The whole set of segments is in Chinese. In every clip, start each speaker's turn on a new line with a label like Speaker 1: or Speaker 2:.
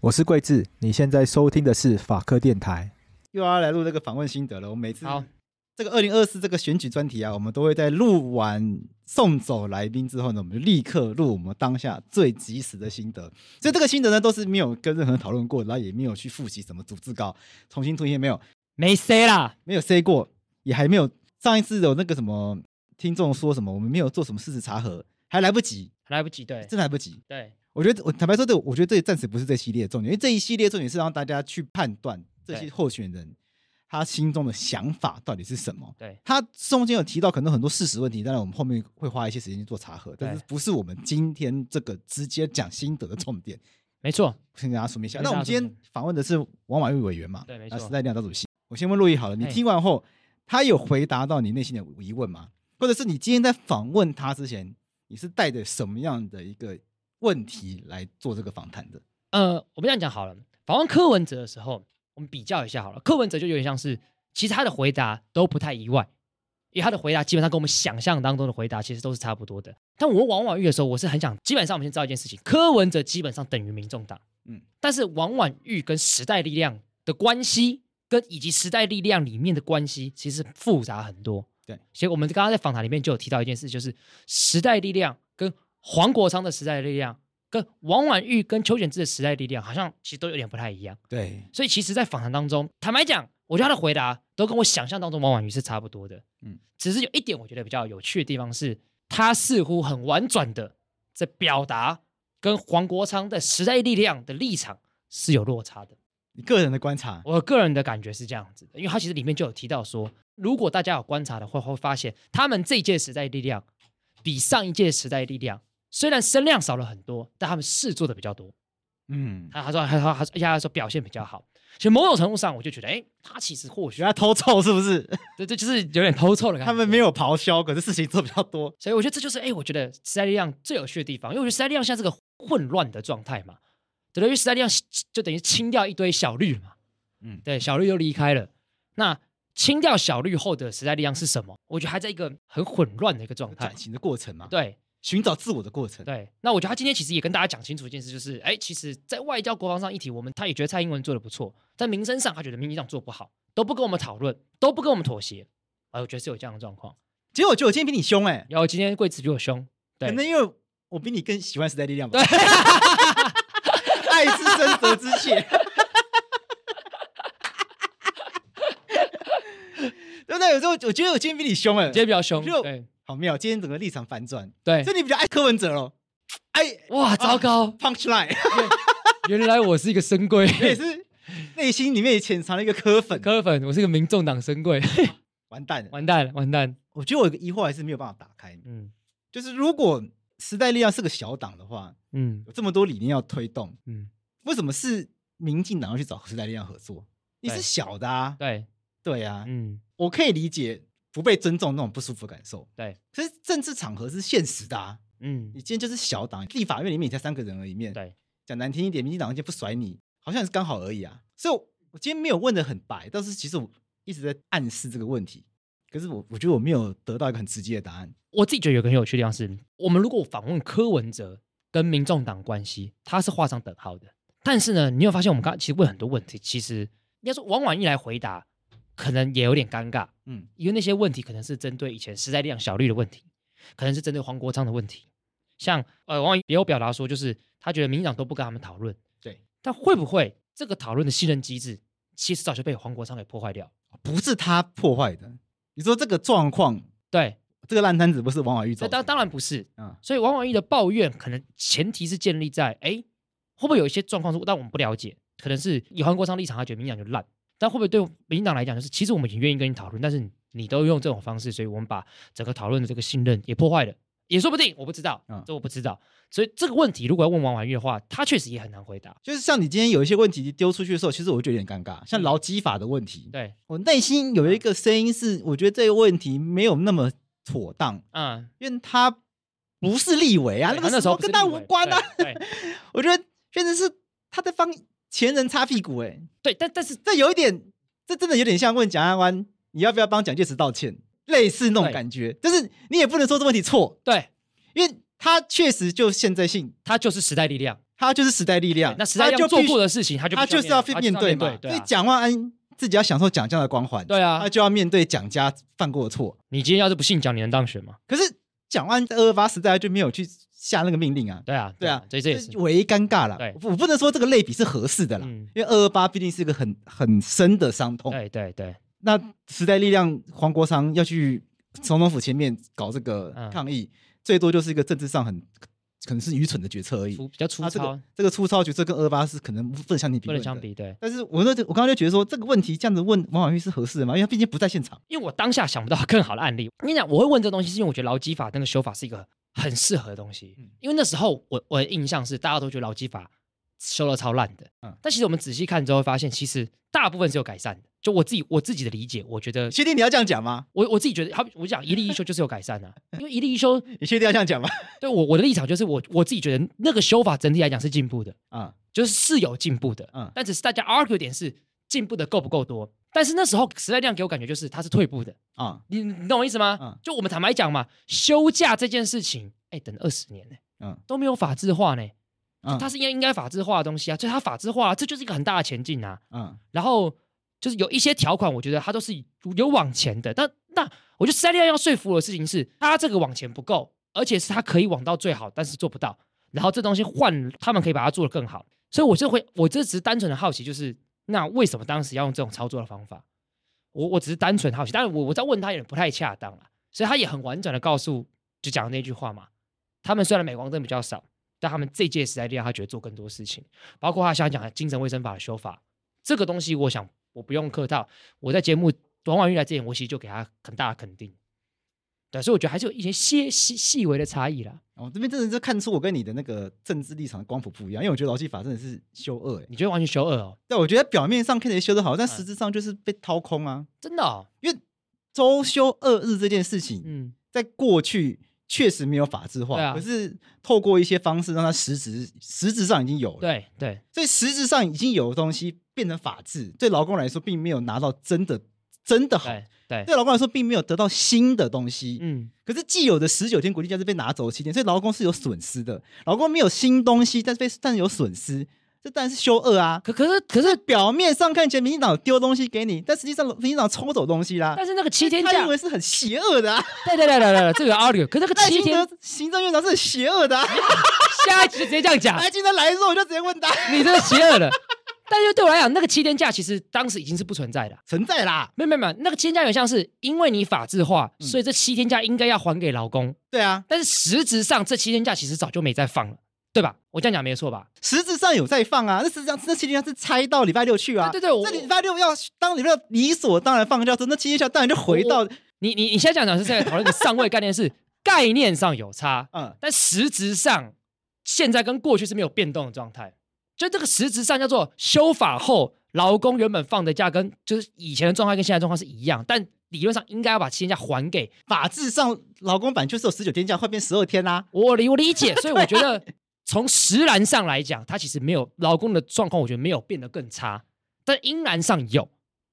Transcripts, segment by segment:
Speaker 1: 我是桂智，你现在收听的是法科电台。
Speaker 2: 又要来录这个访问心得了。我们每次
Speaker 3: 好，
Speaker 2: 这个二零二四这个选举专题啊，我们都会在录完送走来宾之后呢，我们就立刻录我们当下最及时的心得。所以这个心得呢，都是没有跟任何人讨论过，然后也没有去复习什么逐字稿，重新推也没有，
Speaker 3: 没 C 啦，
Speaker 2: 没有 say 过，也还没有。上一次有那个什么听众说什么，我们没有做什么事实查核，还来不及，
Speaker 3: 来不及，对
Speaker 2: 真的来不及。
Speaker 3: 对，
Speaker 2: 我觉得我坦白说，这我觉得这暂时不是这系列的重点，因为这一系列重点是让大家去判断这些
Speaker 3: 对
Speaker 2: 候选人他心中的想法到底是什么。
Speaker 3: 对
Speaker 2: 他中间有提到可能很多事实问题，当然我们后面会花一些时间去做查核，但是
Speaker 3: 对
Speaker 2: 不是我们今天这个直接讲心得的重点。
Speaker 3: 没错，
Speaker 2: 先跟大家说明一下，
Speaker 3: 跟
Speaker 2: 那我们
Speaker 3: 大家
Speaker 2: 今
Speaker 3: 说
Speaker 2: 天访问的是王婉玉委员嘛？
Speaker 3: 对没
Speaker 2: 那
Speaker 3: 错
Speaker 2: 时代力量党主席。我先问陆毅好了，你
Speaker 3: 嘿
Speaker 2: 听完后，他有回答到你内心的疑问吗？或者是你今天在访问他之前，你是带着什么样的一个问题来做这个访谈的？
Speaker 3: 呃，我们这样讲好了，访问柯文哲的时候，我们比较一下好了，柯文哲就有点像是，其实他的回答都不太意外，因为他的回答基本上跟我们想象当中的回答其实都是差不多的。但我问王婉玉的时候，我是很想，基本上我们先知道一件事情，柯文哲基本上等于民众党，
Speaker 2: 嗯
Speaker 3: 嗯，但是王婉玉跟时代力量的关系，跟以及时代力量里面的关系，其实复杂很多。
Speaker 2: 对，
Speaker 3: 所以我们刚刚在访谈里面就有提到一件事，就是时代力量跟黄国昌的时代力量。跟王婉玉跟邱显志的时代力量好像其实都有点不太一样，
Speaker 2: 对，
Speaker 3: 所以其实，在访谈当中，坦白讲，我觉得他的回答都跟我想象当中王婉玉是差不多的，
Speaker 2: 嗯
Speaker 3: 嗯，只是有一点我觉得比较有趣的地方是，他似乎很婉转的在表达跟黄国昌的时代力量的立场是有落差的。
Speaker 2: 你个人的观察，
Speaker 3: 我个人的感觉是这样子的，因为他其实里面就有提到说，如果大家有观察的话，会发现他们这一届时代力量比上一届时代力量虽然声量少了很多，但他们事做的比较多。
Speaker 2: 嗯，
Speaker 3: 他他说他说他说，而且他说表现比较好。其实某种程度上，我就觉得，哎，他其实或许
Speaker 2: 觉得他偷臭是不是？
Speaker 3: 这这就是有点偷臭的感觉。
Speaker 2: 他们没有咆哮，可是事情做比较多。
Speaker 3: 所以我觉得这就是哎，我觉得时代力量最有趣的地方，因为我觉得时代力量现在是个混乱的状态嘛，对不对？因为时代力量就等于清掉一堆小绿嘛，
Speaker 2: 嗯
Speaker 3: 嗯，对，小绿又离开了。那清掉小绿后的时代力量是什么？我觉得还在一个很混乱的一个状态
Speaker 2: 转。型的过程嘛，，
Speaker 3: 对
Speaker 2: 寻找自我的过程，
Speaker 3: 对，那我觉得他今天其实也跟大家讲清楚一件事，就是哎，其实，在外交、国防上议题，我们他也觉得蔡英文做的不错，在民生上他觉得民进党做不好，都不跟我们讨论，都不跟我们妥协。哎，我觉得是有这样的状况。
Speaker 2: 结果我觉得我今天比你凶哎、
Speaker 3: 然后今天贵子比我凶，对
Speaker 2: 可能因为我比你更喜欢时代力量吧。 爱之深，责之 切。对不对？有时候我觉得我今天比你凶哎
Speaker 3: 今，天比较凶，
Speaker 2: 就
Speaker 3: 对
Speaker 2: 好妙！今天整个立场反转，
Speaker 3: 对
Speaker 2: 所，以你比较爱柯文哲咯。哎爱
Speaker 3: 哇，糟糕！
Speaker 2: punch line
Speaker 3: 原来我是一个深柜
Speaker 2: 也是内心里面也潜藏了一个柯粉，
Speaker 3: 科粉，我是一个民众党深柜，
Speaker 2: 完蛋了！
Speaker 3: 完蛋了，完蛋，
Speaker 2: 我觉得我有个疑惑还是没有办法打开，
Speaker 3: 嗯
Speaker 2: 就是如果时代力量是个小党的话，
Speaker 3: 嗯
Speaker 2: 有这么多理念要推动，
Speaker 3: 嗯，
Speaker 2: 为什么是民进党要去找时代力量合作？你是
Speaker 3: 对
Speaker 2: 小的啊，
Speaker 3: 对，
Speaker 2: 对啊，
Speaker 3: 嗯
Speaker 2: 我可以理解不被尊重那种不舒服的感受。
Speaker 3: 对，
Speaker 2: 可是政治场合是现实的啊，
Speaker 3: 嗯
Speaker 2: 你今天就是小党，立法院里面也才三个人而已面。
Speaker 3: 对，
Speaker 2: 讲难听一点，民进党今天不甩你，好像也是刚好而已啊。所以我，我今天没有问的很白，但是其实我一直在暗示这个问题。可是我我觉得我没有得到一个很直接的答案。
Speaker 3: 我自己觉得有个很有趣的地方是，我们如果访问柯文哲跟民众党关系，他是画上等号的。但是呢，你有发现我们刚刚其实问很多问题，其实应该说王婉一来回答，可能也有点尴尬，
Speaker 2: 嗯，
Speaker 3: 因为那些问题可能是针对以前时代力量小绿的问题，可能是针对黄国昌的问题。像呃，王婉仪也有表达说，就是他觉得民进党都不跟他们讨论，
Speaker 2: 对，
Speaker 3: 但会不会这个讨论的信任机制，其实早就被黄国昌给破坏掉？
Speaker 2: 不是他破坏的。你说这个状况，
Speaker 3: 对，
Speaker 2: 这个烂摊子不是王婉玉造成的？
Speaker 3: 那当当然不是，
Speaker 2: 嗯
Speaker 3: 所以王婉玉的抱怨可能前提是建立在，哎，会不会有一些状况是，但我们不了解，可能是以韩国商立场，他觉得民进党就烂，但会不会对民进党来讲，就是其实我们已经愿意跟你讨论，但是你都用这种方式，所以我们把整个讨论的这个信任也破坏了，也说不定，我不知道
Speaker 2: 嗯，
Speaker 3: 这我不知道。所以这个问题如果要问王婉玉的话，她确实也很难回答。
Speaker 2: 就是像你今天有一些问题丢出去的时候，其实我觉得有点尴尬。
Speaker 3: 嗯
Speaker 2: 像劳基法的问题，
Speaker 3: 对，
Speaker 2: 我内心有一
Speaker 3: 嗯
Speaker 2: 个声音是，我觉得这个问题没有那么妥当，
Speaker 3: 嗯，
Speaker 2: 因为他不是立委啊，
Speaker 3: 对
Speaker 2: 那
Speaker 3: 她
Speaker 2: 个
Speaker 3: 时候不
Speaker 2: 跟
Speaker 3: 是
Speaker 2: 他
Speaker 3: 立
Speaker 2: 无
Speaker 3: 委
Speaker 2: 关啊。
Speaker 3: 对对
Speaker 2: 我觉得确实是他在帮前人擦屁股、欸，哎，
Speaker 3: 对，但但是
Speaker 2: 这有一点，这真的有点像问蒋安安，你要不要帮蒋介石道歉，类似那种
Speaker 3: 对
Speaker 2: 感觉。就是你也不能说这问题错，
Speaker 3: 对
Speaker 2: 因为他确实就现在性，
Speaker 3: 她就是时代力量，
Speaker 2: 他就是时代力量，
Speaker 3: 那时
Speaker 2: 嗯
Speaker 3: 代
Speaker 2: 他就
Speaker 3: 要做
Speaker 2: 必须
Speaker 3: 过的事情，他就
Speaker 2: 他就是要去面对嘛。
Speaker 3: 嘛。对
Speaker 2: 所以
Speaker 3: 啊，
Speaker 2: 蒋万安自己要享受蒋家的光环，
Speaker 3: 对啊
Speaker 2: 他就要面对蒋家犯过的错。
Speaker 3: 你今天要是不信蒋，你能当选吗？
Speaker 2: 可是蒋万安在二二八时代就没有去下那个命令啊，
Speaker 3: 对啊，
Speaker 2: 对啊，
Speaker 3: 所以这也是
Speaker 2: 就唯一尴尬了
Speaker 3: 对。
Speaker 2: 我不能说这个类比是合适的啦，
Speaker 3: 嗯，
Speaker 2: 因为二二八毕竟是个很很深的伤痛。
Speaker 3: 对对对，
Speaker 2: 那时代力量黄国昌要去总统府前面搞这个
Speaker 3: 嗯
Speaker 2: 抗议，最多就是一个政治上很可能是愚蠢的决策而已。
Speaker 3: 粗比较粗
Speaker 2: 那这
Speaker 3: 糙
Speaker 2: 个，这个粗糙决策跟二八是可能不能相提并
Speaker 3: 不
Speaker 2: 论的
Speaker 3: 能相。比。对，
Speaker 2: 但是我那我刚刚就觉得说这个问题这样子问王婉玉是合适的吗？因为他毕竟不在现场。
Speaker 3: 因为我当下想不到更好的案例。我跟你讲，我会问这东西，是因为我觉得劳基法那个修法是一个很适合的东西。
Speaker 2: 嗯
Speaker 3: 因为那时候我我的印象是，大家都觉得劳基法修了超烂的，
Speaker 2: 嗯
Speaker 3: 但其实我们仔细看之后会发现，其实大部分是有改善的。就我自己我自己的理解，我觉得
Speaker 2: 确定你要这样讲吗？
Speaker 3: 我我自己觉得，好比，我讲一例一修就是有改善啊，因为一例一修
Speaker 2: 你确定要这样讲吗？
Speaker 3: 对我我的立场就是我我自己觉得那个修法整体来讲是进步的，
Speaker 2: 啊、
Speaker 3: 就是是有进步的，
Speaker 2: 嗯
Speaker 3: 但只是大家 argue 点是进步的够不够多。但是那时候时代力量给我感觉就是它是退步的，
Speaker 2: 啊
Speaker 3: 你你懂我意思吗？
Speaker 2: 嗯
Speaker 3: 就我们坦白讲嘛，休假这件事情，哎，等二十年呢、
Speaker 2: 嗯
Speaker 3: 都没有法制化呢、
Speaker 2: 啊
Speaker 3: 它是应该应该法制化的东西啊，所以它法制化、这就是一个很大的前进啊。
Speaker 2: 啊
Speaker 3: 然后就是有一些条款，我觉得它都是有往前的。但那我觉得塞利亚要说服我的事情是，他这个往前不够，而且是他可以往到最好，但是做不到。然后这东西换他们可以把它做得更好，所以我就会，我这只是单纯的好奇，就是那为什么当时要用这种操作的方法？我我只是单纯好奇，但是我我在问他有点不太恰当了，啊所以他也很婉转的告诉，就讲那句话嘛，他们虽然镁光灯比较少，但他们这届时代力量他觉得做更多事情，包括他想讲的精神卫生法的修法，这个东西我想我不用客套，我在节目王婉玉来之前，我其实就给他很大的肯定，对，所以我觉得还是有一些些细细微的差异啦。
Speaker 2: 我、哦这边真的就看出我跟你的那个政治立场的光谱不一样，因为我觉得劳基法真的是修恶、欸，
Speaker 3: 你觉得完全修二哦，
Speaker 2: 但我觉得表面上看起来修得好，但实质上就是被掏空啊。
Speaker 3: 真的、哦，
Speaker 2: 因为周休二日这件事情，
Speaker 3: 嗯，
Speaker 2: 在过去确实没有法制化，
Speaker 3: 对啊
Speaker 2: 可是透过一些方式让它实质实质上已经有了，
Speaker 3: 对对，
Speaker 2: 所以实质上已经有的东西变成法制，对劳工来说并没有拿到真的真的好，
Speaker 3: 对对，
Speaker 2: 对劳工来说并没有得到新的东西。
Speaker 3: 嗯，
Speaker 2: 可是既有的十九天国定假日被拿走七天，所以劳工是有损失的，劳工没有新东西，但是被但是有损失，这当然是修恶啊。
Speaker 3: 可可是可是，
Speaker 2: 表面上看起来民进党有丢东西给你，但实际上民进党抽走东西啦。
Speaker 3: 但是那个七天
Speaker 2: 哎他
Speaker 3: 假
Speaker 2: 认，为是很邪恶的啊！
Speaker 3: 对对对对对，这个 audio，可是那个
Speaker 2: 赖
Speaker 3: 七
Speaker 2: 清
Speaker 3: 天，
Speaker 2: 德行政院长是很邪恶的啊！
Speaker 3: 下一集就直接这样讲，
Speaker 2: 赖清德来的时候，我就直接问他
Speaker 3: 你真的邪恶了。但是对我来讲，那个七天假其实当时已经是不存在的。
Speaker 2: 存在啦，
Speaker 3: 没有没有没有，那个七天假有点像是因为你法制化，
Speaker 2: 嗯
Speaker 3: 所以这七天假应该要还给劳工，
Speaker 2: 对啊，
Speaker 3: 但是实质上这七天假其实早就没再放了，对吧？我这样讲没错吧？
Speaker 2: 实质上有在放啊，那实质上那七天假是拆到礼拜六去啊，
Speaker 3: 对对对我
Speaker 2: 这礼拜六要当礼拜六理所当然放假之后，那七天假当然就回到
Speaker 3: 你你你现在讲讲是在讨论的上位概 念是概念上有差，
Speaker 2: 嗯
Speaker 3: 但实质上现在跟过去是没有变动的状态。就这个实质上叫做修法后，劳工原本放的假跟就是以前的状态跟现在的状况是一样，但理论上应该要把七天假还给
Speaker 2: 法制上劳工版就是有十九天假，会变十二天啦、
Speaker 3: 我理我理解，所以我觉
Speaker 2: 啊
Speaker 3: 得从实然上来讲，它其实没有劳工的状况，我觉得没有变得更差，但应然上有，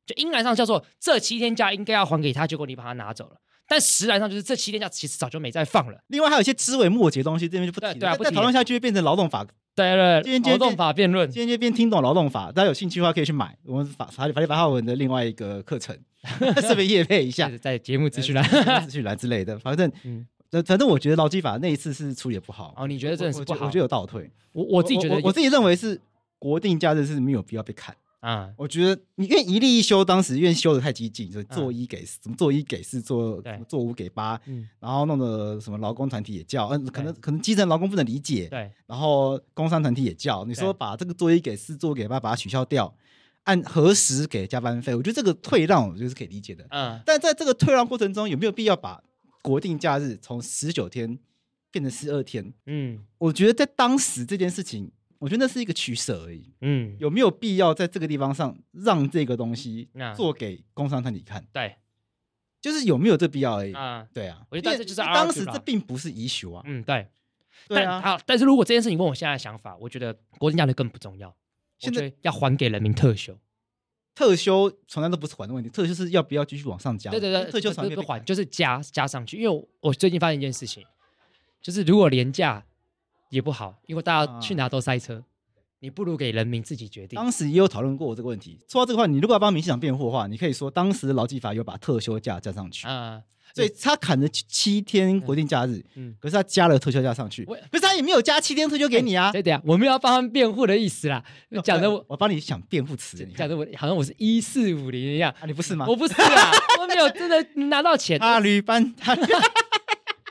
Speaker 3: 就应然上叫做这七天假应该要还给他，结果你把他拿走了。但实然上就是这七天假其实早就没再放了，
Speaker 2: 另外还有一些枝微末节的东西，这边就不提了。
Speaker 3: 对对啊
Speaker 2: 再
Speaker 3: 不提
Speaker 2: 再讨论下去就变成劳动法，
Speaker 3: 对了
Speaker 2: 今天，今
Speaker 3: 劳
Speaker 2: 天
Speaker 3: 动法辩论
Speaker 2: 今天就变听懂劳动法。大家有兴趣的话可以去买我们法法律法律白话文的另外一个课 程，顺便业配一下
Speaker 3: 就。是在节目资讯栏。
Speaker 2: 资讯栏之类的，反正
Speaker 3: 嗯，
Speaker 2: 反反正我觉得劳基法那一次是处理得不好，
Speaker 3: 哦，你觉得真的是不
Speaker 2: 我我觉得
Speaker 3: 好？
Speaker 2: 我觉得有倒退。
Speaker 3: 我我自己觉得
Speaker 2: 我我自己认为是国定假日是没有必要被砍。
Speaker 3: 啊，
Speaker 2: 我觉得你因为一例一休，当时因为修的太激进，所以做一给什么做一给四，做
Speaker 3: 嗯对
Speaker 2: 做五给八，
Speaker 3: 嗯，
Speaker 2: 然后弄得什么劳工团体也叫，嗯，可能
Speaker 3: 对
Speaker 2: 可能基层劳工不能理解，
Speaker 3: 对，
Speaker 2: 然后工商团体也叫，你说
Speaker 3: 对
Speaker 2: 把这个做一给四，做五给八把它取消掉，按何时给加班费，我觉得这个退让我觉得是可以理解的。
Speaker 3: 嗯，
Speaker 2: 但在这个退让过程中，有没有必要把国定假日从十九天变成十二天？
Speaker 3: 嗯，
Speaker 2: 我觉得在当时这件事情，我觉得那是一个取舍而已，
Speaker 3: 嗯，
Speaker 2: 有没有必要在这个地方上让这个东西
Speaker 3: 那
Speaker 2: 做给工商团体看？
Speaker 3: 对，嗯
Speaker 2: 就是有没有这必要而已。
Speaker 3: 啊，
Speaker 2: 对啊，
Speaker 3: 我
Speaker 2: 因为
Speaker 3: 觉得但是就是
Speaker 2: 因为当
Speaker 3: argue
Speaker 2: 时
Speaker 3: 啦
Speaker 2: 这并不是遗求啊。
Speaker 3: 嗯，对，
Speaker 2: 对
Speaker 3: 但
Speaker 2: 啊，
Speaker 3: 好，但是如果这件事情问我现在的想法，我觉得国定假日更不重要，
Speaker 2: 现
Speaker 3: 现
Speaker 2: 在
Speaker 3: 在要还给人民特休。
Speaker 2: 特休从来都不是还的问题，特休是要不要继续往上加嘛？
Speaker 3: 对对对，
Speaker 2: 特休
Speaker 3: 不
Speaker 2: 从来没
Speaker 3: 不
Speaker 2: 有
Speaker 3: 不
Speaker 2: 被
Speaker 3: 还，就是加加上去。因为我我最近发现一件事情，就是如果廉价也不好，因为大家去哪都塞车，你不如给人民自己决定。
Speaker 2: 嗯当时也有讨论过这个问题。说到这个话，你如果要帮民进党辩护的话，你可以说当时劳基法有把特休假加上去，
Speaker 3: 啊，
Speaker 2: 所以他砍了七七天国定假日，
Speaker 3: 嗯，
Speaker 2: 可是他加了特休假上去，
Speaker 3: 我哎
Speaker 2: 可是他也没有加七天特休给你啊。
Speaker 3: 所以等一下我们要帮他们辩护的意思啦， 讲的我
Speaker 2: 哦我帮你想辩护词，你看
Speaker 3: 讲的我好像我是一四五零一样，
Speaker 2: 啊，你啊不是吗
Speaker 3: 我？不是啊，我没有真的拿到钱。
Speaker 2: 阿驴班，他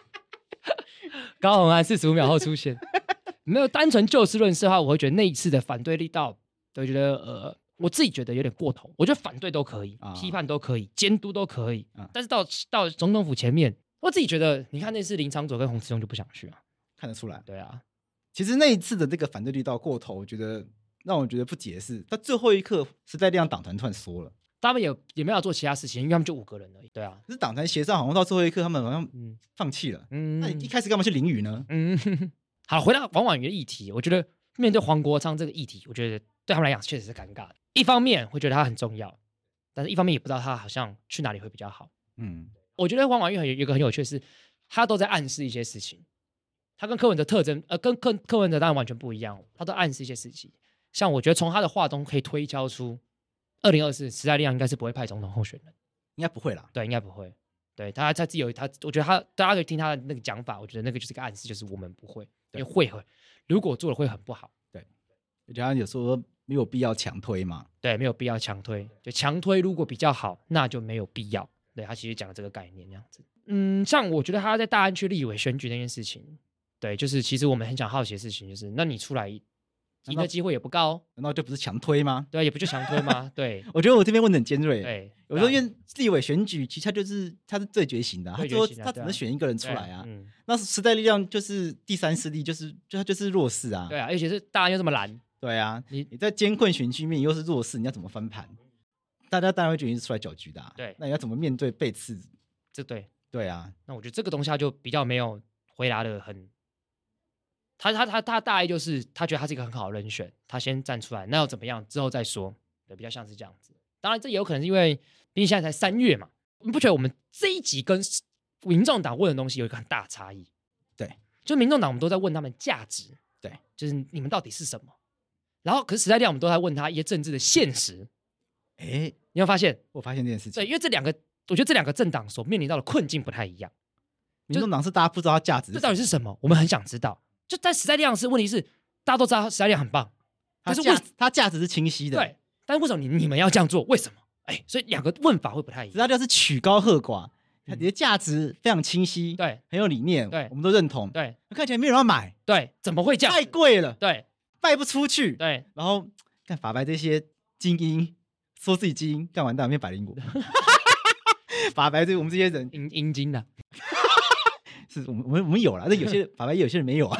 Speaker 3: 高洪安四十五秒后出现， 没有单纯就事论事的话，我会觉得那一次的反对力道，我觉得呃，我自己觉得有点过头。我觉得反对都可以
Speaker 2: 啊，
Speaker 3: 批判都可以，监督都可以
Speaker 2: 啊，
Speaker 3: 但是到到总统府前面，我自己觉得，你看那次林长佐跟洪慈庸就不想去啊，
Speaker 2: 看得出来。
Speaker 3: 对啊，
Speaker 2: 其实那一次的这个反对力道过头，我觉得让我觉得不解释。到最后一刻，时代力量党团突然缩了，
Speaker 3: 他们也也没有做其他事情，因为他们就五个人而已，对啊，
Speaker 2: 可是党团协商好像到最后一刻，他们好像
Speaker 3: 嗯
Speaker 2: 放弃了。
Speaker 3: 嗯，
Speaker 2: 那你一开始干嘛去淋雨呢？
Speaker 3: 嗯， 好，回到王婉瑜的议题，我觉得面对黄国昌这个议题，我觉得对他们来讲确实是尴尬的。一方面会觉得他很重要，但是一方面也不知道他好像去哪里会比较好。
Speaker 2: 嗯，
Speaker 3: 我觉得王婉瑜很有有一个很有趣的是，他都在暗示一些事情。他跟柯文哲特征，呃，跟柯柯文哲当然完全不一样，他都暗示一些事情。像我觉得从他的话中可以推敲出，二零二四时代力量应该是不会派总统候选人。
Speaker 2: 应该不会啦。
Speaker 3: 对，应该不会。对他，他自己有他，我觉得他大家可以听他的那个讲法，我觉得那个就是个暗示，就是我们不会，因
Speaker 2: 对
Speaker 3: 为会很，如果做了会很不好。
Speaker 2: 人家有说没有必要强推嘛。
Speaker 3: 对，没有必要强推，就强推如果比较好，那就没有必要。对他其实讲的这个概念那样子。嗯，像我觉得他在大安区立委选举那件事情，对，就是其实我们很想好奇的事情，就是那你出来赢
Speaker 2: 道
Speaker 3: 的机会也不高，
Speaker 2: 难道这不是强推吗？
Speaker 3: 对，也不就强推吗？ 对
Speaker 2: 我觉得我这边问的很尖锐。，
Speaker 3: 对，
Speaker 2: 有时候
Speaker 3: 对啊
Speaker 2: 因为立委选举，其实他就是他是最绝型的啊，他
Speaker 3: 最
Speaker 2: 最后
Speaker 3: 绝型啊
Speaker 2: 他只
Speaker 3: 对啊
Speaker 2: 能选一个人出
Speaker 3: 对
Speaker 2: 来啊。
Speaker 3: 嗯，
Speaker 2: 那时代力量就是第三势力，就是就他就是弱势啊。
Speaker 3: 对啊，而且是大安又这么蓝，
Speaker 2: 对啊，
Speaker 3: 你
Speaker 2: 你在艰困选区面又是弱势，你要怎么翻盘？大家当然会觉得你是出来搅局的、啊，
Speaker 3: 对
Speaker 2: 那你要怎么面对被刺？
Speaker 3: 这对，
Speaker 2: 对啊，
Speaker 3: 那我觉得这个东西他就比较没有回答的很，他他他他大意就是他觉得他是一个很好的人选，他先站出来，那要怎么样之后再说，对，比较像是这样子。当然，这也有可能是因为毕竟现在才三月嘛，你不觉得我们这一集跟民众党问的东西有一个很大的差异？
Speaker 2: 对，
Speaker 3: 就民众党我们都在问他们价值，
Speaker 2: 对，
Speaker 3: 就是你们到底是什么？然后，可是时代力量我们都在问他一些政治的现实，
Speaker 2: 哎，
Speaker 3: 你有发现？
Speaker 2: 我发现这件事情，
Speaker 3: 对，因为这两个，我觉得这两个政党所面临到的困境不太一样。
Speaker 2: 民众党是大家不知道它价值什
Speaker 3: 这
Speaker 2: 么，
Speaker 3: 到底是什么？我们很想知道。就但时代力量是问题是，大家都知道时代力量很棒，
Speaker 2: 它
Speaker 3: 但是
Speaker 2: 价
Speaker 3: 为
Speaker 2: 它价值是清晰的，，
Speaker 3: 对，但是为什么你你们要这样做？为什么？哎，所以两个问法会不太一
Speaker 2: 只要
Speaker 3: 样。
Speaker 2: 就是曲高和寡，它
Speaker 3: 嗯
Speaker 2: 你的价值非常清晰，，
Speaker 3: 对
Speaker 2: 很有理念，
Speaker 3: 对
Speaker 2: 我们都认同，
Speaker 3: 对
Speaker 2: 看起来没有人要买，
Speaker 3: 对，怎么会这样
Speaker 2: 太
Speaker 3: 子？
Speaker 2: 贵了，
Speaker 3: 对
Speaker 2: 卖不出去，
Speaker 3: 对，
Speaker 2: 然后看法白这些精英，说自己精英，干完蛋变百灵果， 法白这我们这些人
Speaker 3: 阴阴茎的，
Speaker 2: 是我们我们我们有啦，但有些 人法白有些人没有啊，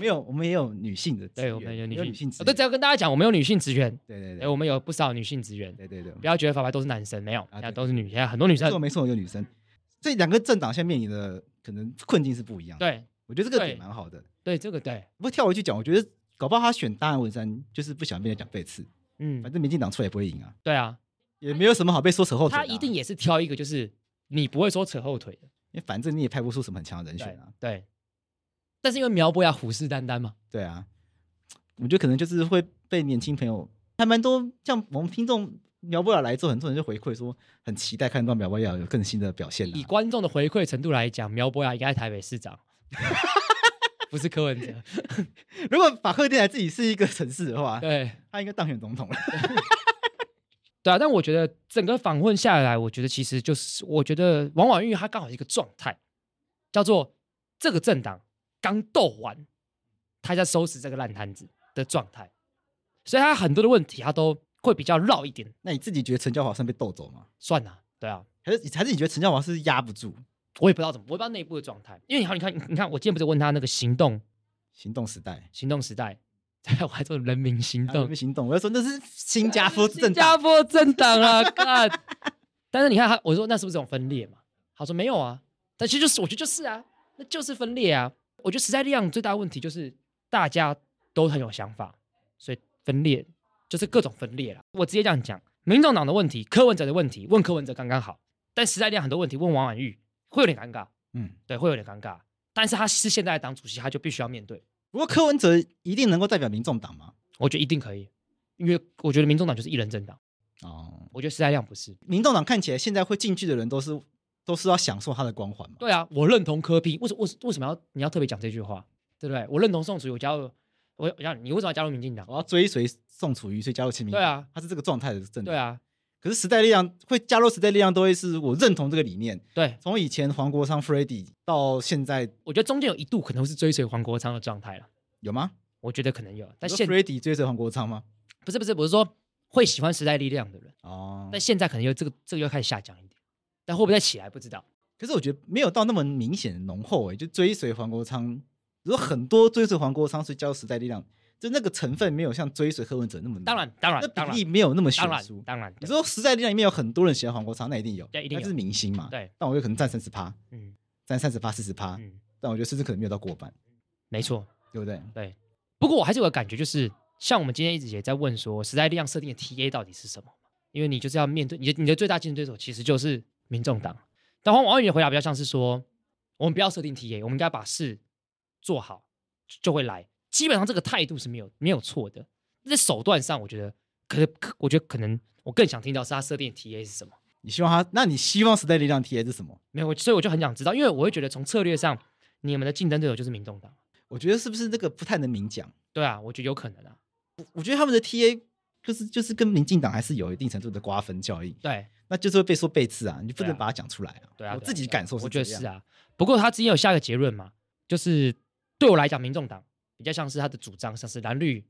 Speaker 2: 没有我们也有女性的职员，
Speaker 3: 对我们有女
Speaker 2: 也
Speaker 3: 性，
Speaker 2: 性职
Speaker 3: 我都
Speaker 2: 员，
Speaker 3: 只要跟大家讲，我们有女性职员，
Speaker 2: 对对
Speaker 3: 哎，
Speaker 2: 对
Speaker 3: 我们有不少女性职员，
Speaker 2: 对对对，
Speaker 3: 不要觉得法白都是男生，没有，
Speaker 2: 啊对
Speaker 3: 那都是女，现在很多女
Speaker 2: 没错
Speaker 3: 生。
Speaker 2: 没错，有女生，这两个政党现在面临的可能困境是不一样的，
Speaker 3: 对
Speaker 2: 我觉得这个
Speaker 3: 对
Speaker 2: 点蛮好的。
Speaker 3: 对，这个对，
Speaker 2: 不过跳回去讲，我觉得搞不好他选大安文山就是不想被人讲背刺，
Speaker 3: 嗯
Speaker 2: 反，正民进党出来也不会赢啊，
Speaker 3: 对啊，
Speaker 2: 也没有什么好被说扯后腿的
Speaker 3: 他
Speaker 2: 啊、
Speaker 3: 一定也是挑一个就是你不会说扯后腿的。
Speaker 2: 因为反正你也派不出什么很强的人选
Speaker 3: 对
Speaker 2: 啊，
Speaker 3: 对，但是因为苗博雅虎视眈眈嘛，
Speaker 2: 对啊，我觉得可能就是会被年轻朋友还蛮多，像我们听众苗博雅来之后，很多人就回馈说很期待看到苗博雅有更新的表现、
Speaker 3: 以
Speaker 2: 啊。
Speaker 3: 观众的回馈程度来讲，苗博雅应该是台北市长，不是柯文哲。
Speaker 2: 如果法克电台自己是一个城市的话，
Speaker 3: 对
Speaker 2: 他应该当选总统了。
Speaker 3: 对啊，但我觉得整个访问下来，我觉得其实就是，我觉得王婉玉她刚好是一个状态，叫做这个政党刚斗完，他在收拾这个烂摊子的状态，所以他很多的问题他都会比较绕一点，
Speaker 2: 那你自己觉得陈教华算被斗走吗？
Speaker 3: 算了、对啊，
Speaker 2: 还是还是你觉得陈教华是压不住
Speaker 3: 我也不知道怎么，我也不知道内部的状态，因为你好，你看，你看，我今天不是问他那个行动
Speaker 2: 行动时代？
Speaker 3: 行动时代，我还做人民
Speaker 2: 啊
Speaker 3: 行
Speaker 2: 有
Speaker 3: 动啊
Speaker 2: 没有，行动，我要说那是新加坡政
Speaker 3: 新加
Speaker 2: 党，
Speaker 3: 坡政党啊，看。但是你看他，我说那是不是这种分裂嘛？他说没有啊，但其实就是我觉得就是啊，那就是分裂啊。我觉得时代力量最大的问题就是大家都很有想法，所以分裂就是各种分裂了。我直接这样讲，民众党的问题、柯文哲的问题，问柯文哲刚刚好，但时代力量很多问题问王婉玉会有点尴尬，
Speaker 2: 嗯，
Speaker 3: 对，会有点尴尬。但是他是现在的党主席，他就必须要面对，
Speaker 2: 不过柯文哲一定能够代表民众党吗？
Speaker 3: 我觉得一定可以，因为我觉得民众党就是一人政党，
Speaker 2: 哦，
Speaker 3: 我觉得施泰亮不是。
Speaker 2: 民众党看起来现在会进去的人都是都是要享受他的光环嘛。
Speaker 3: 对啊，我认同柯批，为什为什为什么要你要特别讲这句话，对不对？我认同宋楚瑜，我加入，我我让你为什么要加入民进党？
Speaker 2: 我要追随宋楚瑜，所以加入亲民。
Speaker 3: 对啊，
Speaker 2: 他是这个状态的政党。
Speaker 3: 对啊，
Speaker 2: 可是时代力量会加入时代力量，都会是我认同这个理念。
Speaker 3: 对，
Speaker 2: 从以前黄国昌、f r e d d y 到现在，
Speaker 3: 我觉得中间有一度可能是追随黄国昌的状态了，
Speaker 2: 有吗？
Speaker 3: 我觉得可能有，但
Speaker 2: 你说
Speaker 3: 现
Speaker 2: f r e d d y 追随黄国昌吗？
Speaker 3: 不是不是，我是说会喜欢时代力量的人，
Speaker 2: 哦
Speaker 3: 但，现在可能又这个这个又开始下降一点，但会不会再起来不知道。
Speaker 2: 可是我觉得没有到那么明显的浓厚诶、欸就追随黄国昌，有很多追随黄国昌是加入时代力量，就那个成分没有像追随柯文哲那么浓，
Speaker 3: 当然当然
Speaker 2: 那
Speaker 3: 当
Speaker 2: 比
Speaker 3: 然
Speaker 2: 例没有那么悬
Speaker 3: 当然
Speaker 2: 殊。
Speaker 3: 当然，
Speaker 2: 你
Speaker 3: 对
Speaker 2: 说时代力量里面有很多人喜欢黄国昌，那一定有，
Speaker 3: 对一定有
Speaker 2: 他是明星嘛。
Speaker 3: 对，
Speaker 2: 但我有可能占三十趴，
Speaker 3: 嗯
Speaker 2: 占三十趴、四十趴，
Speaker 3: 嗯，
Speaker 2: 但我觉得甚至可能没有到过半，
Speaker 3: 没错，
Speaker 2: 对不对？
Speaker 3: 对，不过我还是有个感觉，就是像我们今天一直也在问说，时代力量设定的 TA 到底是什么？因为你就是要面对你的你的最大竞争对手其实就是民众党。但黄王宇的回答比较像是说，我们不要设定 TA，我们应该把事做好就会来。基本上这个态度是没有没有错的，在手段上我觉得可可我觉得可能我更想听到是他设定的 TA 是什么。
Speaker 2: 你希望他，那你希望时代力量 TA 是什么？
Speaker 3: 没有，所以我就很想知道，因为我会觉得从策略上，你们的竞争对手就是民众党。
Speaker 2: 我觉得是不是这个不太能明讲？
Speaker 3: 对啊，我觉得有可能啊。
Speaker 2: 我觉得他们的 TA 就是就是跟民进党还是有一定程度的瓜分效应，
Speaker 3: 对，
Speaker 2: 那就是会被说背刺啊，你不
Speaker 3: 对
Speaker 2: 能
Speaker 3: 啊
Speaker 2: 把它讲出来啊。
Speaker 3: 对啊，
Speaker 2: 我
Speaker 3: 对啊
Speaker 2: 自己
Speaker 3: 对啊
Speaker 2: 感受
Speaker 3: 我
Speaker 2: 是
Speaker 3: 觉
Speaker 2: 这
Speaker 3: 得
Speaker 2: 样
Speaker 3: 是。啊。不过他之前有下一个结论嘛，就是对我来讲，民众党比较像是他的主张，像是蓝绿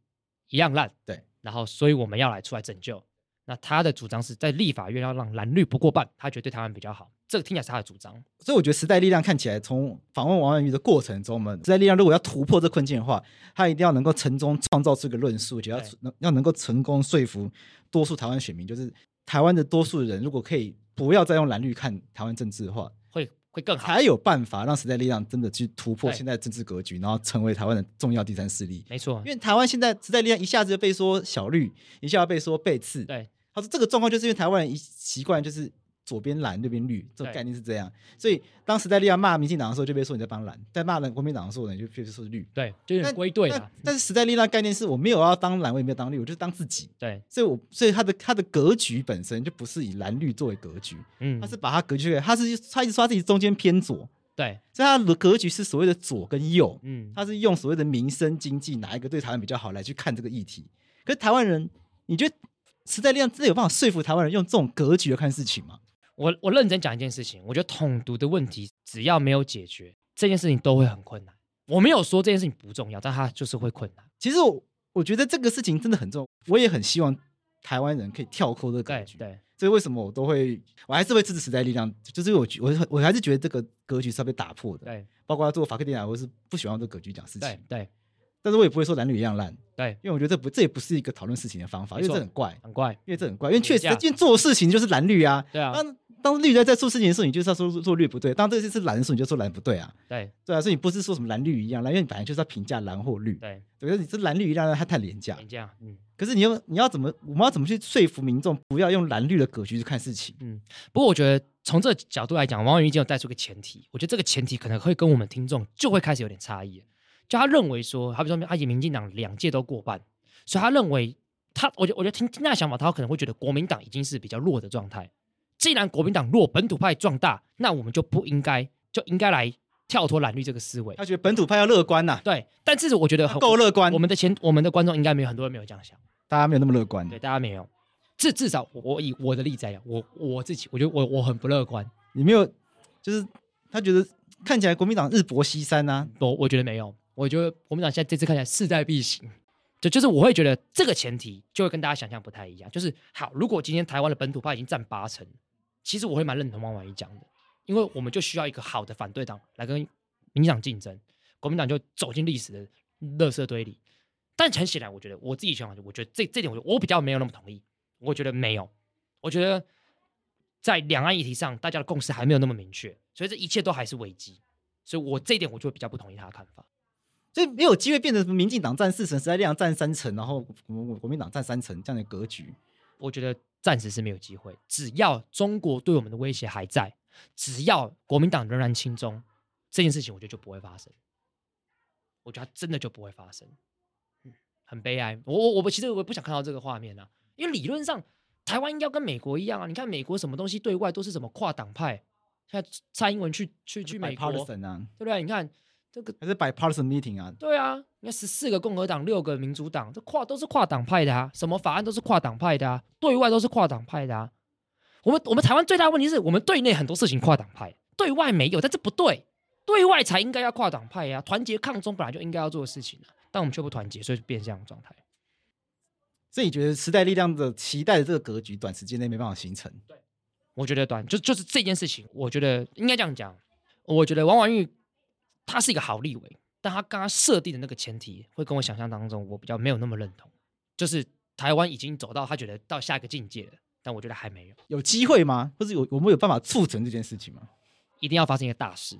Speaker 3: 一样烂，
Speaker 2: 对，
Speaker 3: 然后所以我们要来出来拯救。那他的主张是在立法院要让蓝绿不过半，他觉得对台湾比较好，这个听起来是他的主张。
Speaker 2: 所以我觉得时代力量看起来，从访问王婉瑜的过程中，我们时代力量如果要突破这困境的话，他一定要能够从中创造出一个论述，就要
Speaker 3: 对
Speaker 2: 能要能够成功说服多数台湾选民，就是台湾的多数人，如果可以不要再用蓝绿看台湾政治的话，
Speaker 3: 会会更好，
Speaker 2: 才有办法让时代力量真的去突破
Speaker 3: 对
Speaker 2: 现在的政治格局，然后成为台湾的重要第三势力。
Speaker 3: 没错
Speaker 2: 因，为台湾现在时代力量一下子就被说小绿，一下被说背刺，
Speaker 3: 对
Speaker 2: 他说这个状况就是因为台湾人一习惯就是左边蓝右边绿，这个
Speaker 3: 对
Speaker 2: 概念是这样。所以当时代力量骂民进党的时候，就被说你在帮蓝；在骂人国民党的时候呢，你就被说是绿。
Speaker 3: 对，就有点
Speaker 2: 但
Speaker 3: 归队
Speaker 2: 但
Speaker 3: 啦。
Speaker 2: 但是时代力量概念是我没有要当蓝，我也没有当绿，我就是当自己。
Speaker 3: 对，
Speaker 2: 所以我，所以他的他的格局本身就不是以蓝绿作为格局，
Speaker 3: 嗯
Speaker 2: 他，是把他格局给，他是他一直说他自己中间偏左，
Speaker 3: 对，
Speaker 2: 所以他的格局是所谓的左跟右，
Speaker 3: 嗯，
Speaker 2: 他是用所谓的民生经济哪一个对台湾比较好来去看这个议题。可是台湾人，你觉得时代力量真的有办法说服台湾人用这种格局来看事情吗？
Speaker 3: 我我认真讲一件事情，我觉得统独的问题只要没有解决，这件事情都会很困难。我没有说这件事情不重要，但它就是会困难。
Speaker 2: 其实我我觉得这个事情真的很重要，我也很希望台湾人可以跳脱这个格
Speaker 3: 对
Speaker 2: 局。
Speaker 3: 对，
Speaker 2: 所以为什么我都会，我还是会支持时代力量，就是因为我觉我我还是觉得这个格局是要被打破的。
Speaker 3: 对
Speaker 2: 包括做法克电台，我是不喜欢用这个格局讲事
Speaker 3: 对
Speaker 2: 情，
Speaker 3: 对
Speaker 2: 但是我也不会说男女一样烂，
Speaker 3: 对，
Speaker 2: 因为我觉得这不这也不是一个讨论事情的方法，因为
Speaker 3: 没
Speaker 2: 这
Speaker 3: 错
Speaker 2: 很怪。
Speaker 3: 很怪。
Speaker 2: 因为这很怪，因为确实
Speaker 3: 廉价，
Speaker 2: 因为做事情就是蓝绿啊。
Speaker 3: 对啊，
Speaker 2: 当当绿在在做事情的时候，你就是要说做绿不对；当这件事是蓝的时候，你就说蓝不对啊。
Speaker 3: 对
Speaker 2: 对啊，所以你不是说什么蓝绿一样，蓝因为你本来就是要评价蓝或绿。
Speaker 3: 对，
Speaker 2: 对，啊可是你这蓝绿一样，它太廉价
Speaker 3: 你。这样，嗯
Speaker 2: 可是你又你要怎么，我们要怎么去说服民众不要用蓝绿的格局去看事情？
Speaker 3: 嗯。不过我觉得从这个角度来讲，王宇已经有带出一个前提，我觉得这个前提可能会跟我们听众就会开始有点差异了。就他认为说，好比说，他以民进党两届都过半，所以他认为他，我觉我觉得听听他的想法，他可能会觉得国民党已经是比较弱的状态。既然国民党弱，本土派壮大，那我们就不应该就应该来跳脱蓝绿这个思维。
Speaker 2: 他觉得本土派要乐观呐、
Speaker 3: 对，但是我觉得很
Speaker 2: 够乐观
Speaker 3: 我，们的前我们的观众应该没有很多人没有这样想。
Speaker 2: 大家没有那么乐观。
Speaker 3: 对，大家没有。至至少我我以我的例子来讲，我我自己，我觉得我我很不乐观，
Speaker 2: 你没有，就是他觉得看起来国民党日薄西山啊呐、
Speaker 3: 我我觉得没有，我觉得国民党现在这次看起来势在必行。就就是我会觉得这个前提就会跟大家想象不太一样，就是好，如果今天台湾的本土派已经占八成，其实我会蛮认同汪婉仪讲的，因为我们就需要一个好的反对党来跟民进党竞争，国民党就走进历史的垃圾堆里。但很显然，我觉得我自己想法，我觉得这这点我我比较没有那么同意，我觉得没有，我觉得在两岸议题上，大家的共识还没有那么明确，所以这一切都还是危机，所以我这一点我就会比较不同意他的看法。
Speaker 2: 所以没有机会变成什么民进党占四成，时代力量占三成，然后国国民党占三成这样的格局。
Speaker 3: 我觉得暂时是没有机会。只要中国对我们的威胁还在，只要国民党仍然亲中，这件事情我觉得就不会发生。我觉得它真的就不会发生。嗯，很悲哀。我我我其实我也不想看到这个画面啊，因为理论上台湾应该要跟美国一样啊。你看美国什么东西对外都是什么跨党派，现在蔡英文去去去美国，对
Speaker 2: partisan 啊，
Speaker 3: 不对？你看这个
Speaker 2: 还是 bipartisan meeting 啊，
Speaker 3: 对啊，你看十四个共和党，六个民主党，这跨都是跨党派的啊，什么法案都是跨党派的啊，对外都是跨党派的啊。我们我们台湾最大的问题是我们对内很多事情跨党派，对外没有，但这不对，对外才应该要跨党派呀、啊，团结抗中本来就应该要做的事情啊，但我们却不团结，所以就变成这样的状态。
Speaker 2: 所以你觉得时代力量的期待的这个格局，短时间内没办法形成。
Speaker 3: 我觉得短就就是这件事情，我觉得应该这样讲。我觉得王婉玉她是一个好立委，但她刚刚设定的那个前提，会跟我想象当中我比较没有那么认同。就是台湾已经走到她觉得到下一个境界了，但我觉得还没有，
Speaker 2: 有机会吗？或者有我们有办法促成这件事情吗？
Speaker 3: 一定要发生一个大事，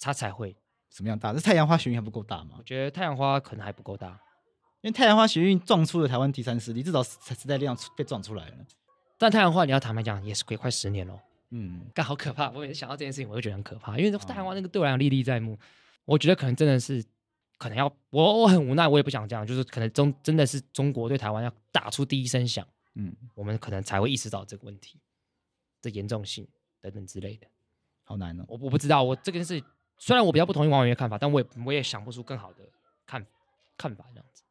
Speaker 3: 她才会。
Speaker 2: 什么样大？这太阳花学运还不够大吗
Speaker 3: 我？觉得太阳花可能还不够大，
Speaker 2: 因为太阳花学运撞出了台湾第三势力，至少时代力量出被撞出来了。
Speaker 3: 但太阳花你要坦白讲，也是快快十年了。
Speaker 2: 嗯，
Speaker 3: 干好可怕！我每次想到这件事情，我就觉得很可怕，因为太阳花
Speaker 2: 哦
Speaker 3: 那个对我来讲历历在目。我觉得可能真的是，可能要我我很无奈，我也不想这样，就是可能中真的是中国对台湾要打出第一声响，
Speaker 2: 嗯，
Speaker 3: 我们可能才会意识到这个问题的严重性等等之类的。
Speaker 2: 好难哦。
Speaker 3: 我我不知道，我这件事虽然我比较不同意王委员的看法，但我也我也想不出更好的看看法这样子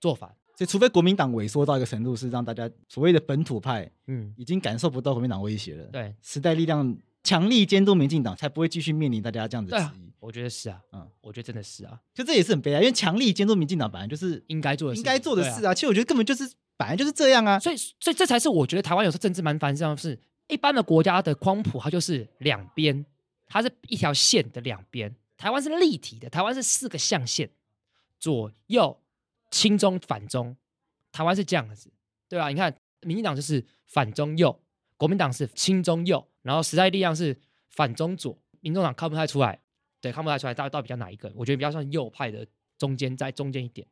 Speaker 3: 做法。
Speaker 2: 所以，除非国民党萎缩到一个程度，是让大家所谓的本土派
Speaker 3: 嗯，
Speaker 2: 已经感受不到国民党威胁了。，
Speaker 3: 对
Speaker 2: 时代力量强力监督民进党，才不会继续面临大家这样子
Speaker 3: 对
Speaker 2: 的
Speaker 3: 啊
Speaker 2: 质疑。，
Speaker 3: 我觉得是啊，
Speaker 2: 嗯
Speaker 3: 嗯，我觉得真的是啊，
Speaker 2: 就这也是很悲哀，因为强力监督民进党本来就是
Speaker 3: 应该做的事
Speaker 2: 应
Speaker 3: 情
Speaker 2: 该做的
Speaker 3: 对啊
Speaker 2: 事啊。其实我觉得根本就是本来就是这样啊。
Speaker 3: 所以，所以这才是我觉得台湾有时候政治蛮烦，这样是一般的国家的光谱，它就是两边，它是一条线的两边。台湾是立体的，台湾是四个象限，左右、亲中、反中，台湾是这样子，对啊吧、你看，民进党就是反中右，国民党是亲中右，然后时代力量是反中左，民众党看不太出来，对，看不太出来到底到底比较哪一个，我觉得比较像右派的中间，在中间一点。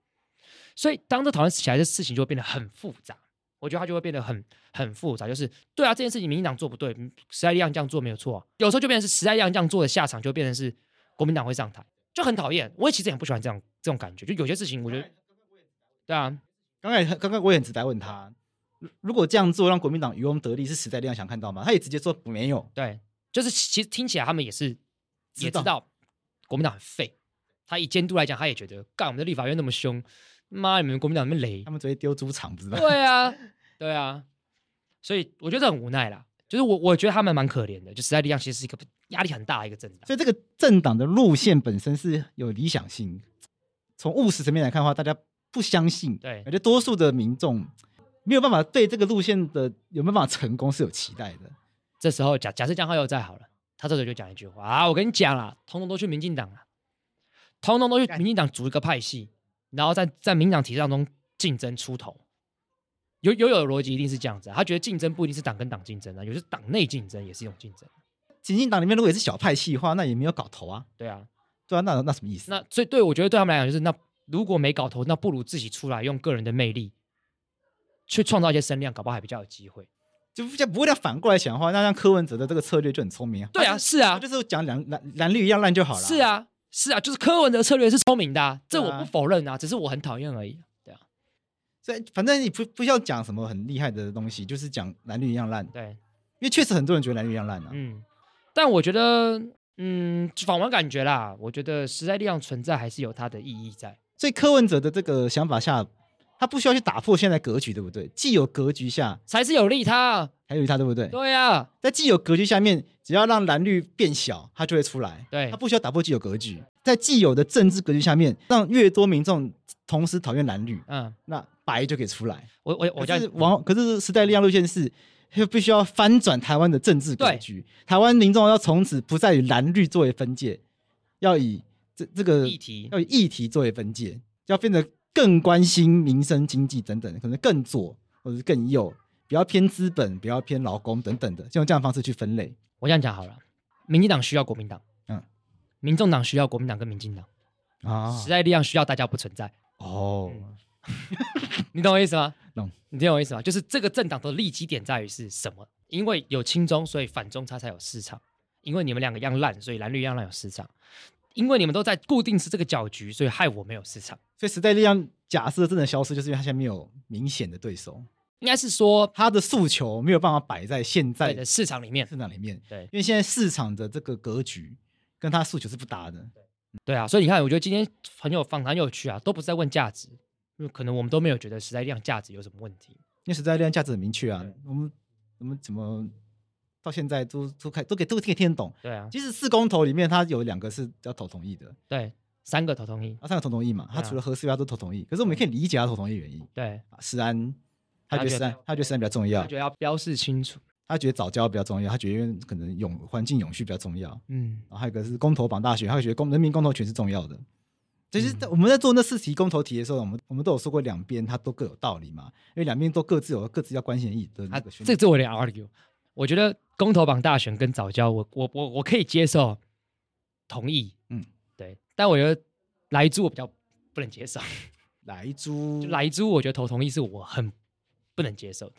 Speaker 3: 所以，当这讨论起来的事情就会变得很复杂。我觉得它就会变得很很复杂。就是对啊，这件事情民进党做不对，嗯时代力量这样做没有错啊、有时候就变成是时代力量这样做的下场，就变成是国民党会上台，就很讨厌。我也其实很不喜欢这样这种感觉，就有些事情我觉得，对啊，
Speaker 2: 刚才刚刚我也很直白问他，如如果这样做让国民党渔翁得利，是时代力量想看到吗？他也直接说没有。
Speaker 3: 对，就是其实听起来他们也是
Speaker 2: 知
Speaker 3: 也
Speaker 2: 道
Speaker 3: 知道国民党很废，他以监督来讲，他也觉得干我们的立法院那么凶，妈你们国民党那 么雷
Speaker 2: 他，们直接丢猪场，不知道。
Speaker 3: 对啊，对啊，所以我觉得很无奈啦。就是我我觉得他们蛮可怜的，就时代力量其实是一个压力很大的一个政党。
Speaker 2: 所以这个政党的路线本身是有理想性，从务实层面来看的话，大家不相信，
Speaker 3: 对
Speaker 2: 而且多数的民众没有办法对这个路线的有没有办法成功是有期待的。
Speaker 3: 这时候假假设江浩佑在好了，他这时候就讲一句话啊，我跟你讲啦，通通都去民进党啦，通通都去民进党组一个派系，然后在在民进党体制当中竞争出头。有有有的逻辑一定是这样子、啊，他觉得竞争不一定是党跟党竞争啊，有些党内竞争也是一种竞争，
Speaker 2: 民进党里面如果也是小派系的话，那也没有搞头啊，
Speaker 3: 对啊。
Speaker 2: 对啊，那那什么意思？
Speaker 3: 那所以对我觉得对他们来讲，就是那如果没搞头，那不如自己出来用个人的魅力去创造一些声量，搞不好还比较有机会。
Speaker 2: 就就不会再反过来想的话，那让柯文哲的这个策略就很聪明啊。
Speaker 3: 对啊，
Speaker 2: 他就是
Speaker 3: 啊
Speaker 2: 他，就是讲蓝蓝蓝绿一样烂就好了。
Speaker 3: 是，啊，是啊，就是柯文哲策略是聪明的、啊，这
Speaker 2: 对
Speaker 3: 我
Speaker 2: 啊
Speaker 3: 不否认啊，只是我很讨厌而已。对啊，
Speaker 2: 所以反正你不不需要讲什么很厉害的东西，就是讲蓝绿一样烂，
Speaker 3: 对，
Speaker 2: 因为确实很多人觉得蓝绿一样烂啊。
Speaker 3: 嗯，但我觉得，嗯，就反完感觉啦，我觉得时代力量存在还是有它的意义在。
Speaker 2: 所以柯文哲的这个想法下，他不需要去打破现在格局，对不对？既有格局下，
Speaker 3: 才是有利他，
Speaker 2: 还有他，对不对？
Speaker 3: 对啊，
Speaker 2: 在既有格局下面，只要让蓝绿变小，它就会出来。
Speaker 3: 对
Speaker 2: 他不需要打破既有格局，在既有的政治格局下面，让越多民众同时讨厌蓝绿，
Speaker 3: 嗯，
Speaker 2: 那白就可以出来。
Speaker 3: 我我我
Speaker 2: 可
Speaker 3: 叫
Speaker 2: 是王，可是时代力量路线是。就必须要翻转台湾的政治格
Speaker 3: 对
Speaker 2: 局，台湾民众要从此不再以蓝绿作为分界，要以这这个
Speaker 3: 议题，
Speaker 2: 要以议题作为分界，要变得更关心民生、经济等等，可能更左或者是更右，比较偏资本，比较偏劳工等等的，就用这样的方式去分类。
Speaker 3: 我这样讲好了，民进党需要国民党，
Speaker 2: 嗯
Speaker 3: 嗯，民众党需要国民党跟民进党，
Speaker 2: 啊
Speaker 3: 时代力量需要大家不存在，
Speaker 2: 哦，
Speaker 3: 嗯你懂我意思吗？
Speaker 2: 懂，
Speaker 3: 你听我意思吗？就是这个政党的利基点在于是什么？因为有亲中，所以反中它才有市场；因为你们两个一样烂，所以蓝绿一样烂有市场。因为你们都在固定是这个搅局，所以害我没有市场。
Speaker 2: 所以时代力量假设真的消失，就是因为它现在没有明显的对手，
Speaker 3: 应该是说
Speaker 2: 它的诉求没有办法摆在现在
Speaker 3: 对的市场里面，
Speaker 2: 市场里面。
Speaker 3: 对
Speaker 2: 因为现在市场的这个格局跟它诉求是不搭的。
Speaker 3: 对啊，所以你看，我觉得今天很有访谈有趣啊，都不是在问价值，因为可能我们都没有觉得时代力量价值有什么问题。
Speaker 2: 因为时代力量价值很明确啊
Speaker 3: 对，
Speaker 2: 我们我们怎么到现在都都开都给都可以听得懂。
Speaker 3: 对啊，
Speaker 2: 其实四公投里面，它有两个是要投同意的，
Speaker 3: 对，三个头同意，
Speaker 2: 啊，三个投同意嘛，它
Speaker 3: 对啊
Speaker 2: 除了合适外，它都投同意。可是我们也可以理解它投同意的原因，
Speaker 3: 对，
Speaker 2: 啊石安。他觉
Speaker 3: 他
Speaker 2: 得
Speaker 3: 觉得
Speaker 2: 石安，他觉得石安比较重
Speaker 3: 我
Speaker 2: 要
Speaker 3: 觉，得要标示清楚。
Speaker 2: 他觉得早教比较重要，他觉得可能永环境永续比较重要，
Speaker 3: 嗯，
Speaker 2: 然后还有一个是公投榜大学，还有觉得公人民公投权是重要的。就是
Speaker 3: 嗯
Speaker 2: 在我们在做那四题公投题的时候，我们我们都有说过两边它都各有道理嘛，因为两边都各自有各自要关心的意的那
Speaker 3: 啊，
Speaker 2: 个选
Speaker 3: 这这我有点 argue。我觉得公投榜大选跟早教，我我我我可以接受，同意，
Speaker 2: 嗯
Speaker 3: 嗯，对，但我觉得莱猪我比较不能接受，
Speaker 2: 来猪
Speaker 3: 就莱猪我觉得投同意是我很不能接受的。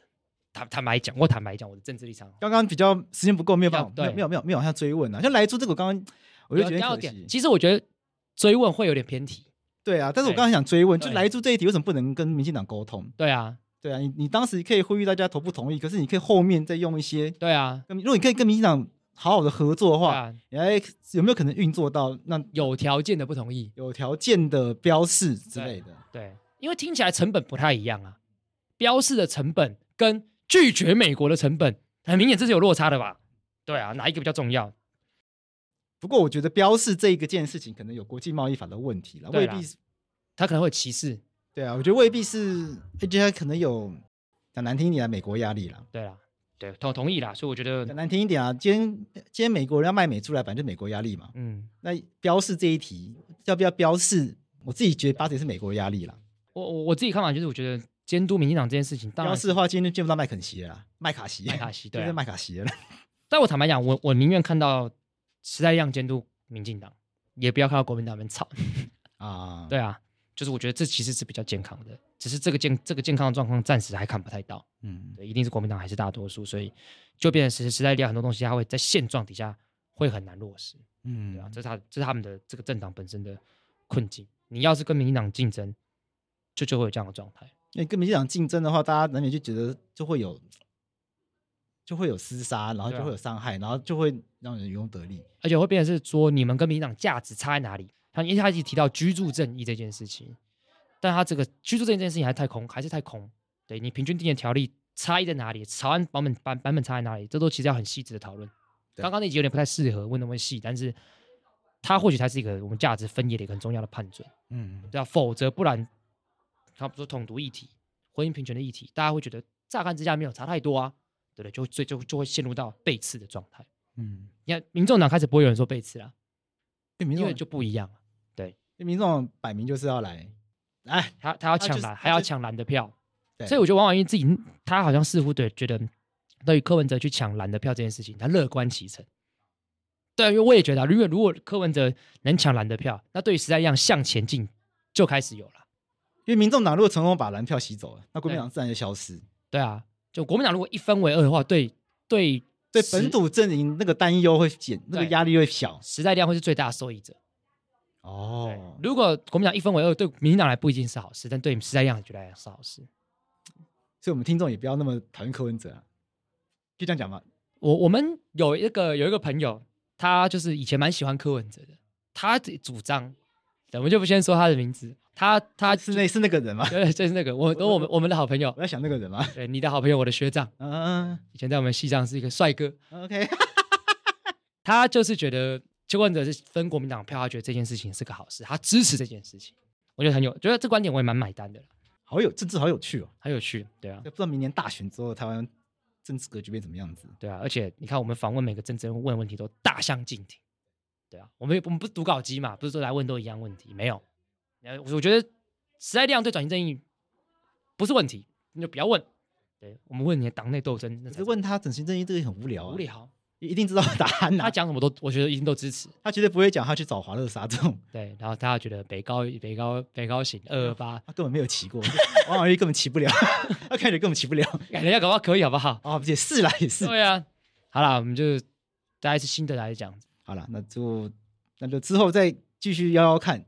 Speaker 3: 坦坦白讲，我坦白讲，我的政治立场
Speaker 2: 刚刚比较时间不够，没有办法，没
Speaker 3: 比较
Speaker 2: 有
Speaker 3: 对
Speaker 2: 没有没有没有往下追问啊。像来猪这个，我刚刚我就觉
Speaker 3: 有
Speaker 2: 得
Speaker 3: 要
Speaker 2: 很可
Speaker 3: 点，
Speaker 2: 惜，
Speaker 3: 其实我觉得追问会有点偏题。
Speaker 2: 对啊。但是我
Speaker 3: 对
Speaker 2: 刚刚想追问，就
Speaker 3: 对
Speaker 2: 来猪这一题为什么不能跟民进党沟通？
Speaker 3: 对啊，
Speaker 2: 对啊，你你当时可以呼吁大家投不同意，可是你可以后面再用一些，
Speaker 3: 对啊，
Speaker 2: 跟如果你可以跟民进党好好的合作的
Speaker 3: 对
Speaker 2: 话，
Speaker 3: 啊，
Speaker 2: 你还有没有可能运作到那
Speaker 3: 有条件的不同意，
Speaker 2: 有条件的标示之类的？
Speaker 3: 对，因为听起来成本不太一样啊，标示的成本跟拒绝美国的成本，很明显这是有落差的吧？对啊，哪一个比较重要？
Speaker 2: 不过我觉得标示这一个件事情，可能有国际贸易法的问题了，
Speaker 3: 对
Speaker 2: 未
Speaker 3: 啦
Speaker 2: 必是。
Speaker 3: 他可能会有歧视，
Speaker 2: 对啊，我觉得未必是，而且它可能有讲难听一点啊，美国压力啦。
Speaker 3: 对啦，对，同同意啦，所以我觉得
Speaker 2: 讲，难听一点啊，今天今天美国人要卖美出来，反正就美国压力嘛。
Speaker 3: 嗯，
Speaker 2: 那标示这一题要不要标示？我自己觉得八成是美国压力啦。
Speaker 3: 我我我自己看法就是，我觉得监督民进党这件事情，当
Speaker 2: 标
Speaker 3: 然
Speaker 2: 示的话，今天就见不到麦肯锡了啦，麦卡锡，
Speaker 3: 麦卡 锡
Speaker 2: 就
Speaker 3: 对
Speaker 2: 是
Speaker 3: 啊
Speaker 2: 麦卡锡了啦。
Speaker 3: 但我坦白讲，我我宁愿看到时代力量监督民进党，也不要看到国民党们吵。
Speaker 2: 嗯啊。
Speaker 3: 对，啊，就是我觉得这其实是比较健康的，只是这个健这个健康的状况暂时还看不太到。
Speaker 2: 嗯，
Speaker 3: 对，一定是国民党还是大多数，所以就变成时时代力量很多东西，它会在现状底下会很难落实。对啊，
Speaker 2: 嗯，
Speaker 3: 这是他这是他们的这个政党本身的困境。你要是跟民进党竞争，就就会有这样的状态。
Speaker 2: 因为跟民进党竞争的话，大家难免就觉得就会有就会有厮杀，然后
Speaker 3: 对啊
Speaker 2: 就会有伤害，然后就会让人渔翁得利。
Speaker 3: 而且会变成是说你们跟民进党价值差在哪里？他因为他一直提到居住正义这件事情，但他这个居住正义这件事情还太空，还是太空。对你平均地权条例差异在哪里？草案版本版版本差在哪里？这都其实要很细致的讨论。
Speaker 2: 对
Speaker 3: 刚刚那集有点不太适合问那么细，但是它或许才是一个我们价值分野的一个很重要的判准，
Speaker 2: 嗯，
Speaker 3: 对啊，否则不然，他比如说统独议题、婚姻平权的议题，大家会觉得乍看之下没有差太多啊，对不对？就最就就会陷入到背刺的状态。
Speaker 2: 嗯，
Speaker 3: 你看，民众党开始不会有人说背刺了。
Speaker 2: 因为民
Speaker 3: 因为
Speaker 2: 众
Speaker 3: 就不一样了。
Speaker 2: 因为民众摆明就是要来，哎，
Speaker 3: 他他要
Speaker 2: 他
Speaker 3: 抢
Speaker 2: 就是
Speaker 3: 蓝，
Speaker 2: 他
Speaker 3: 还要
Speaker 2: 就
Speaker 3: 抢蓝的票，
Speaker 2: 对
Speaker 3: 所以我觉得王婉玉自己，他好像似乎对觉得对于柯文哲去抢蓝的票这件事情，他乐观其成。对，因为我也觉得啊，如果如果柯文哲能抢蓝的票，那对于时代力量向前进就开始有了。
Speaker 2: 因为民众党如果成功把蓝票吸走了，那国民党自然就消失。
Speaker 3: 对啊，就国民党如果一分为二的话，对对
Speaker 2: 对
Speaker 3: 时
Speaker 2: 本土阵营那个担忧会减，那个
Speaker 3: 对
Speaker 2: 压力会小。
Speaker 3: 时代力量会是最大的受益者。对
Speaker 2: 哦，
Speaker 3: 如果国民党一分为二，对民进党来不一定是好事，但对时代力量绝对是好事。
Speaker 2: 所以我们听众也不要那么讨厌柯文哲、啊，就这样讲吧。
Speaker 3: 我我们有一个有一个朋友，他就是以前蛮喜欢柯文哲的，他主张，对我们就不先说他的名字，他他
Speaker 2: 是那是那个人吗？
Speaker 3: 对就是那个我都我们我们的好朋友
Speaker 2: 我，在想那个人吗？
Speaker 3: 对你的好朋友，我的学长，
Speaker 2: 嗯
Speaker 3: 以前在我们系上是一个帅哥，
Speaker 2: ，OK，
Speaker 3: 他就是觉得邱文哲是分国民党票，他觉得这件事情是个好事，他支持这件事情，我觉得很有，觉得这观点我也蛮买单的啦，
Speaker 2: 好有政治，好有趣哦。
Speaker 3: 很有趣，对啊
Speaker 2: 不。知道明年大选之后台湾政治格局变什么样子？
Speaker 3: 对啊，而且你看，我们访问每个政治人物问的问题都大相径庭，对啊，我们我们不是读稿机嘛，不是说来问都一样问题，没有。呃，我觉得时代力量对转型正义不是问题，你就不要问。对我们问你的党内斗争，那
Speaker 2: 可
Speaker 3: 才
Speaker 2: 是问他整形正义这个很无聊啊，
Speaker 3: 无聊，
Speaker 2: 一定知道答案呐、
Speaker 3: 他讲什么都，我觉得一定都支持。
Speaker 2: 他绝对不会讲他去找华勒沙这种，
Speaker 3: 对，然后大家觉得北高北高北高行二二八，
Speaker 2: 他根本没有骑过，王婉玉根本骑不了， 他看起来根本骑不了。
Speaker 3: 哎人家搞不好可以好不好？
Speaker 2: 哦，也是啦，也是。
Speaker 3: 对啊，好啦，我们就大概是新的来讲，
Speaker 2: 好了，那就那就之后再继续邀邀看。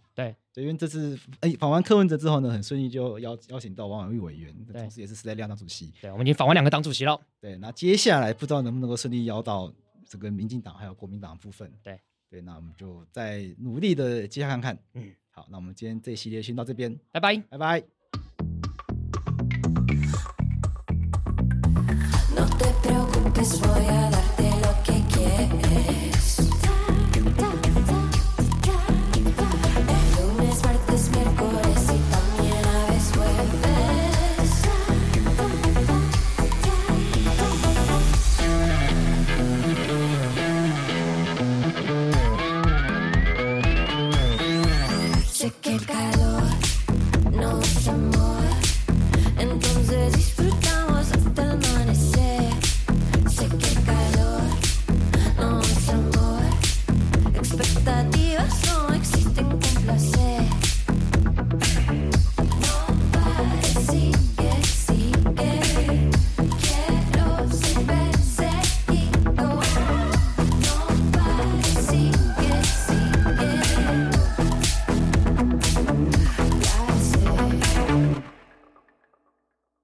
Speaker 3: 对，
Speaker 2: 因为这次哎访完柯文哲之后呢，很顺利就邀邀请到王婉玉委员，
Speaker 3: 对
Speaker 2: 同时也是时代力量党主席。
Speaker 3: 对，我们已经访问两个党主席了。
Speaker 2: 对，那接下来不知道能不能够顺利邀到整个民进党还有国民党的部分。
Speaker 3: 对
Speaker 2: 对，那我们就再努力的接下看看。
Speaker 3: 嗯，
Speaker 2: 好，那我们今天这一系列先到这边，
Speaker 3: 拜拜。
Speaker 2: 拜拜。
Speaker 4: No te preocupes, voy a